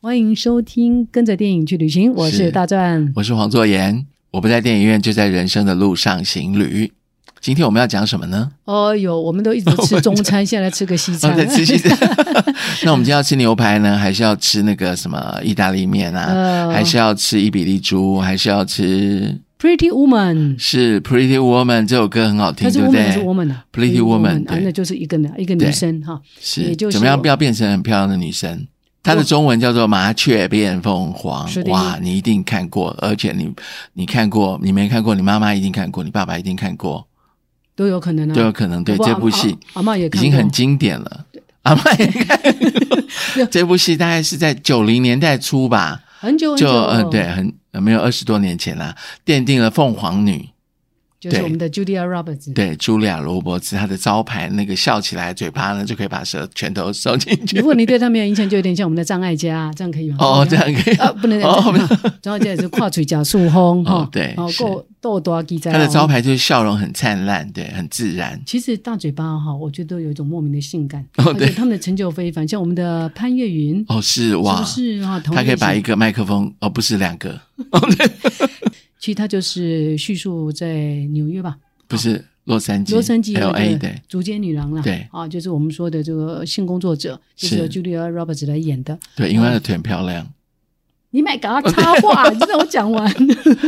欢迎收听《跟着电影去旅行》，我是是大壮。我是黄作言，我不在电影院，就在人生的路上行旅。今天我们要讲什么呢？哦哟，我们都一直 吃中餐，现在来吃个西 啊，餐。在吃西餐。 那我们今天要吃牛排呢，还是要吃那个什么意大利面啊？呃还是要吃伊比利猪？还是要吃 Pretty Woman，是 Pretty Woman 这首歌很好听，她是对不 woman 还是对？ woman 啊 Pretty Woman，啊对，那就是一个呢，一个女对生哈。也是就是怎么样我不要变成很漂亮的女生？她的我中文叫做《麻雀变凤凰是》。的哇，你一定看过，而且你你看过，你没看过，你妈妈一定看过，你爸爸一定看过，都有可能啊。都有可能。对搞不好这部戏，阿妈也已看经很过经典了。阿妈也看 这部戏大概是在九零年代初吧，很哦久很久就了，嗯对，很呃没有二十多年前啦，奠定了凤凰女就是对我们的 Julia Roberts。对茱莉亚·罗伯茨她的招牌，那个笑起来嘴巴呢就可以把舌拳头收进去如。果你对她没有印象，就有点像我们的张艾嘉，这样可以吗？哦，这样可以 啊，不能这哦样。 张艾嘉也是跨嘴加速风 哦哈，对哦是够够多记啊在。她的招牌就是笑容很灿烂，对，很自然。其实大嘴巴哈，我觉得有一种莫名的性感，哦而且对他们的成就非凡，像我们的潘越云，哦，是是哇，不是啊？同她可以把类一型个麦克风，哦，不是两个，其实他就是叙述在纽约吧，不是洛杉矶，洛杉矶有 L 一 A 个对，竹间女郎啦，对啊，就是我们说的这个性工作者，就是由是 Julia Roberts 来演的。对，因为她的腿很漂亮。你买给他插哦 话，你让我讲完。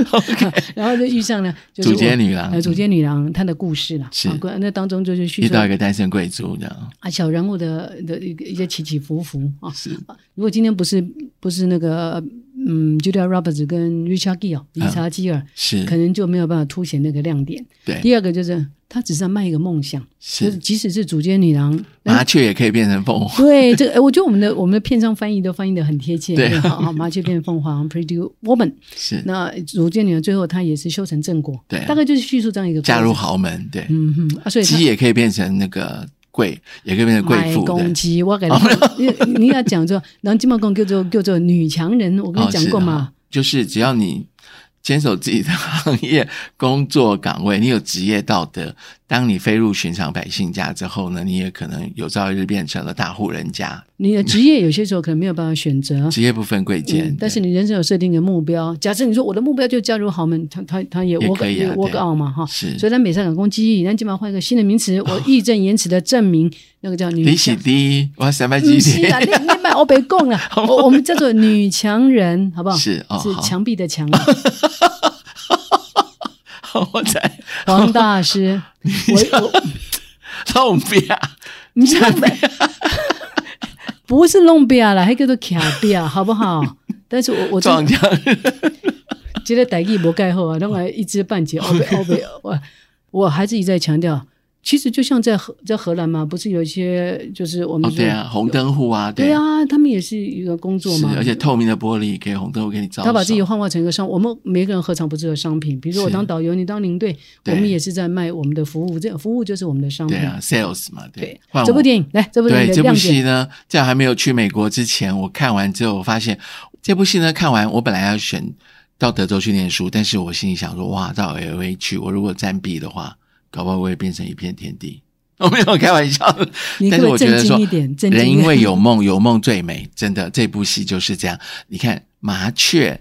然后就遇上了，就是主我街女郎呃，，主街女郎她的故事啦，是啊关那当中就是叙遇述到一个单身贵族，这样啊小人物的的一个一些起起伏伏啊。是如果今天不是不是那个嗯，Julia Roberts 跟 Richard Gere 啊理查基尔，可是，能就没有办法凸显那个亮点。对，第二个就是她只是要卖一个梦想，就是嗯是啊即使是主街女郎，麻雀也可以变成凤凰，对这个，哎我觉得我们的我们的片上翻译都翻译的很贴切，对啊好好麻雀变凤凰，Pretty Woman。是那主见女的最后她也是修成正果，对啊大概就是叙述这样一个故事嫁入，豪门，对，嗯哼，啊，所以她鸡也可以变成那个贵，也可以变成贵买妇，公对，鸡，我 给她，你你要讲说，然后金毛公叫做叫做女强人，我跟你哦讲是过哦嘛，就是只要你坚守自己的 行业、工作岗位，你有职业道德，当你飞入寻常百姓家之后呢，你也可能有朝一日变成了大户人家，你的职业有些时候可能没有办法选 择。职业不分贵贱，嗯嗯但是对你人生有设定的目标，假设你说我的目标就嫁入豪门，他他他也也 work 可以啊 work 对 out 嘛哈，是所以咱美赛港攻击，咱今晚换一个新的名词，我义正言辞的证明 那个叫女你强洗。低，哇，三百不几嗯是啊啦，点？你你买我别供 了，啊我我们叫做女强人，好不好？是哦是 好墙壁的墙啊。 我才黄大 师，我我弄边。你这样 呗，不是弄壁啊啦，还叫做卡壁啊，好不好？但是我我真的撞墙，觉得台语不盖好 啊，让我一知半解。欧北欧北，我我还是一再强调，其实就像在荷在荷兰嘛，不是有一些就是我们哦说、对啊，红灯户啊，对，啊，他们也是一个工作是嘛，，而且透明的玻璃给红灯户给你照，他把自己幻化成一个商，我们每个人何尝不是个商品？比如说我是当导游，你当领队，我对们也是在卖我们的服务，这服务就是我们的商品对。啊，sales 嘛，对对，换，这部我电影来，这部电影对的这亮部点戏呢，在还没有去美国之前，我看完之后，我发现这部戏呢，看完我本来要选到德州去念书，但是我心里想说，哇，到 L A 去，我如果占 B 的话，搞不好我也变成一片天地。 我没有开玩笑的， 你给但是我我觉得正经说一点正，经一人点因为有梦，有梦最美，真的，这部戏就是这样。你看《麻雀》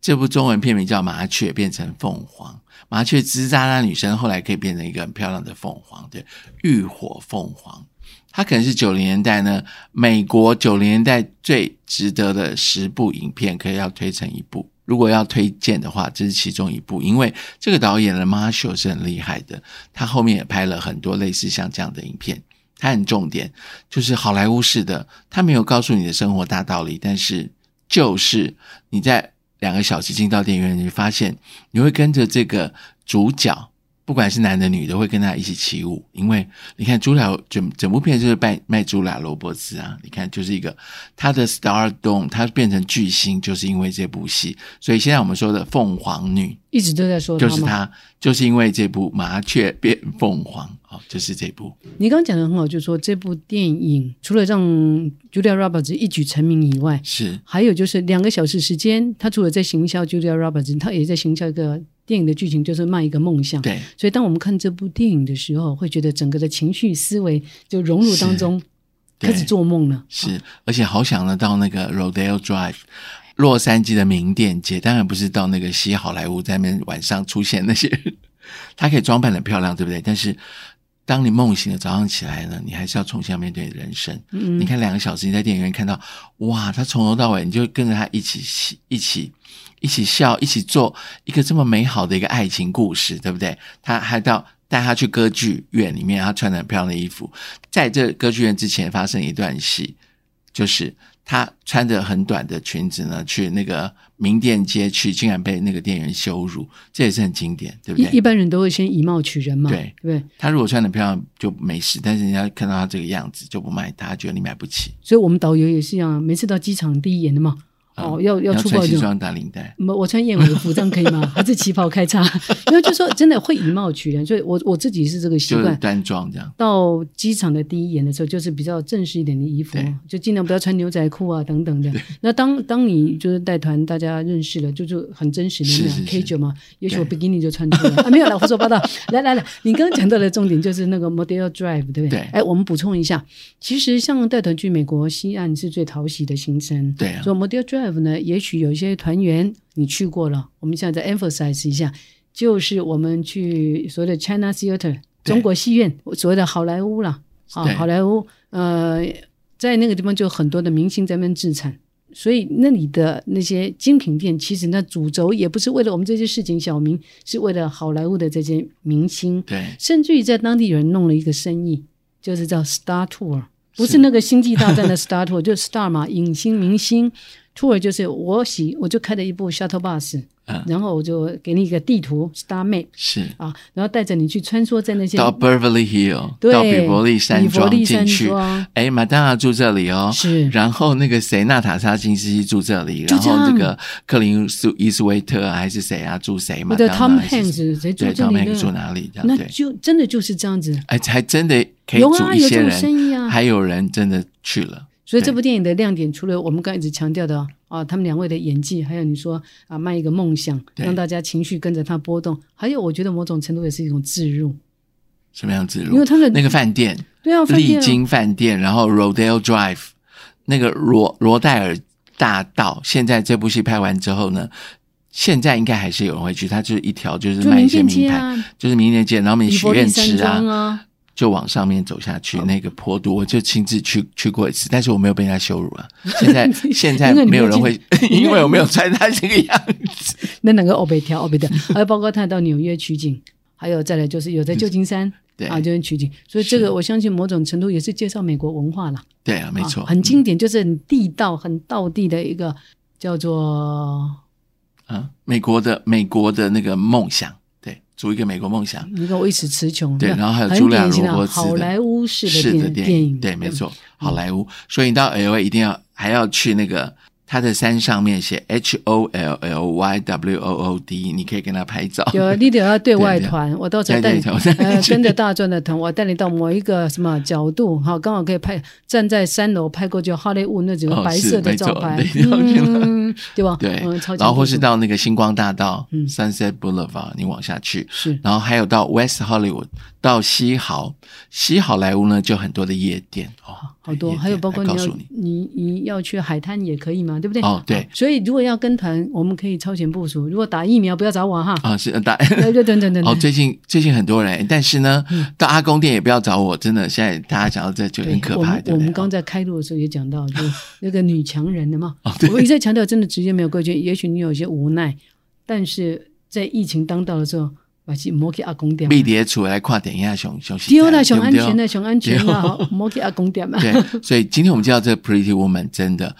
这部中文片名叫《麻雀变成凤凰》，麻雀吱喳喳女生后来可以变成一个很漂亮的凤凰，对，浴火凤凰。它可能是九零年代呢，美国九零年代最值得的十部影片，可以要推成一部。如果要推荐的话，这是其中一部，因为这个导演的 Marshall 是很厉害的，他后面也拍了很多类似像这样的影片。他很重点，就是好莱坞式的，他没有告诉你的生活大道理，但是就是你在两个小时进到电影院，你发现你会跟着这个主角，不管是男的女的，会跟他一起起舞，因为你看朱莉亚整整部片就是卖卖朱莉亚罗伯茨啊，你看就是一个他的 stardom，他变成巨星就是因为这部戏，所以现在我们说的凤凰女 一直都在说就是嘛。她，就是因为这部《麻雀变凤凰》哦，就是这部你刚刚讲的很好，就是说这部电影除了让 Julia Roberts 一举成名以外，是还有就是两个小时时间，他除了在行销 Julia Roberts，他也在行销一个电影的剧情，就是卖一个梦想。对。所以当我们看这部电影的时候，会觉得整个的情绪思维就融入当中。开始做梦了。啊是，而且好想呢到那个 Rodeo Drive。洛杉矶的名店街，当然不是到那个西好莱坞在那边晚上出现那些人， 他可以装扮的漂亮，对不对？但是当你梦醒了，早上起来呢，你还是要重新面对人生。嗯你看两个小时，你在电影院看到，哇，他从头到尾，你就跟着他一起喜，一起一起笑，一起做一个这么美好的一个爱情故事，对不对？他还到带他去歌剧院里面，他穿的很漂亮的衣服，在这歌剧院之前发生一段戏，就是他穿着很短的裙子呢，去那个名店街去，竟然被那个店员羞辱，这也是很经典，对不一一对？般人都会先以貌取人嘛，对不对？他如果穿的漂亮就没事，但是人家看到他这个样子就不买他，觉得你买不起。所以我们导游也是一样，每次到机场第一眼的嘛，嗯哦，要要你要出穿报西就。装打领带，我我穿燕尾服这样可以吗？还是旗袍开叉？ 没有，就说真的会以貌取人，所以我我自己是这个习就是惯。端庄这样。到机场的第一眼的时候，就是比较正式一点的衣服对，就尽量不要穿牛仔裤啊等等的。那当当你就是带团，大家认识了，就是很真实的是那是样是 K 九嘛，也许我对比基尼就穿出来 啊，没有了，胡说八道。来来来，你刚刚讲到的重点就是那个 Model Drive，对不对？对哎，我们补充一下，其实像带团去美国西岸是最讨喜的行程，对啊所以 Model Drive 呢，也许有一些团员你去过了，我们现在再 emphasize 一下，就是我们去所谓的 China Theater 对中国戏院，所谓的好莱坞啦，啊对，好莱坞，呃，在那个地方就有很多的明星在那边自产。所以那里的那些精品店，其实那主轴也不是为了我们这些市井小民，是为了好莱坞的这些明星，对，甚至于在当地有人弄了一个生意，就是叫 Star Tour，不是是那个星际大战的 Star Tour，就是 Star 嘛，影星明星 Tour 就是我喜我就开了一部 shuttle bus，嗯，然后我就给你一个地图 Star Map 是啊，然后带着你去穿梭在那些到 Beverly Hill，对到比伯利山比伯庄利进山去。庄哎，马丹娜住这里哦，是然后那个谁，娜塔莎金斯基住这里，就然这后样这个克林斯伊斯威特啊还是谁啊住谁嘛？或者 Tom 还是 Hanks 谁住对这，Tom 里 Hanks 住呢？哪里？这样那对，就真的就是这样子。哎，还真的可以有住啊，一有些这种人，生意啊，还有人真的去了，所以这对部电影的亮点，除了我们刚才一直强调的啊，他们两位的演技，还有你说啊卖一个梦想，对让大家情绪跟着他波动，还有我觉得某种程度也是一种自入，什么样子？因为他们那个饭店，对啊，饭丽店啊晶饭店，然后 Rodale Drive 那个罗罗戴尔大道，现在这部戏拍完之后呢，现在应该还是有人会去，它就是一条就是就卖一名些店街名牌，啊，就是名店街，然后你比许佛利愿山池庄啊，哦就往上面走下去，那个坡度，我就亲自去去过一次，但是我没有被他羞辱 啊。现在现在因为你没有没人有会， 因为我没有穿他这个样子。那两个欧北条欧北的，还有包括他到纽约取景，还有再来就是有在旧金山对啊，就是取景，所以这是个我相信某种程度也是介绍美国文化啦，对啊，没啊错，很经典，就是很地道、很道地的一个叫做啊，美国的美国的那个梦想，对，组一个美国梦想，你看我一时词穷。对那然后还有很茱莉亚典型的罗伯茨的好莱坞式是电电电影，嗯对，没。错，好莱坞。所以你到 L A 一定要还要去那个它的山上面写 H O L L Y W O O D，你可以跟他拍照。 有，你得要对外对团，我到时候带你对对对呃跟着大壮的团，我带你到某一个什么角度，好，刚好可以拍站在三楼拍过去好莱坞那几个哦白是色的没错招牌对，你要去那嗯，对吧？对嗯，超，级然后或不是错到那个星光大道嗯 （Sunset Boulevard），你往下去，是然后还有到 West Hollywood，到西豪，西好莱坞呢就很多的夜店哦，好多，夜店还有包括来你告要诉你你你要去海滩也可以嘛，对不对？哦对所以如果要跟团，我们可以超前部署。如果打疫苗，不要找我哈。 啊是呃大。对对对对对。哦，最近最近很多嗯人，但是呢，到阿公店也不要找我，真的，现在大家讲到这就很可我怕，们对哦我不们对？刚在开录的时候也讲 到，就那个女强人的哦嘛，我一再强调，真的职业没有规矩，也许你有些无奈，但是在疫情当道的时候，把是莫给阿公点嘛，密碟出来跨点一下熊熊丢了熊安全的。的熊安全了，莫给阿公点嘛，哦对，所以今天我们介绍这个 Pretty Woman，真的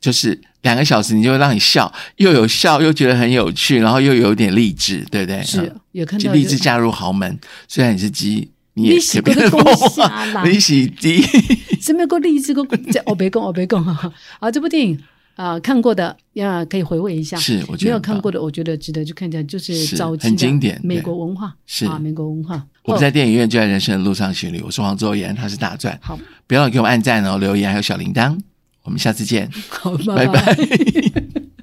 就是两个小时，你就会让你笑，又有笑，又觉得很有趣，然后又有点励志，对不对？嗯是有看就到立有志嫁入豪门，虽然你是鸡，你你也是可变成个凤公虾啦 凰，你是鸡， 什么个励志个，这我别讲我别讲 哈，啊，这部电影啊看过的呀可以回味一下，是我没觉得有很棒看过的，我觉得值得去看一下，就是是早期的很经典对美国文化是啊，美国文化，我哦们在电影院就在人生的路上巡旅。我是黄周岩，他是大钻。好，不要忘了给我们按赞哦，留言还有小铃铛。我们下次见。好，拜拜拜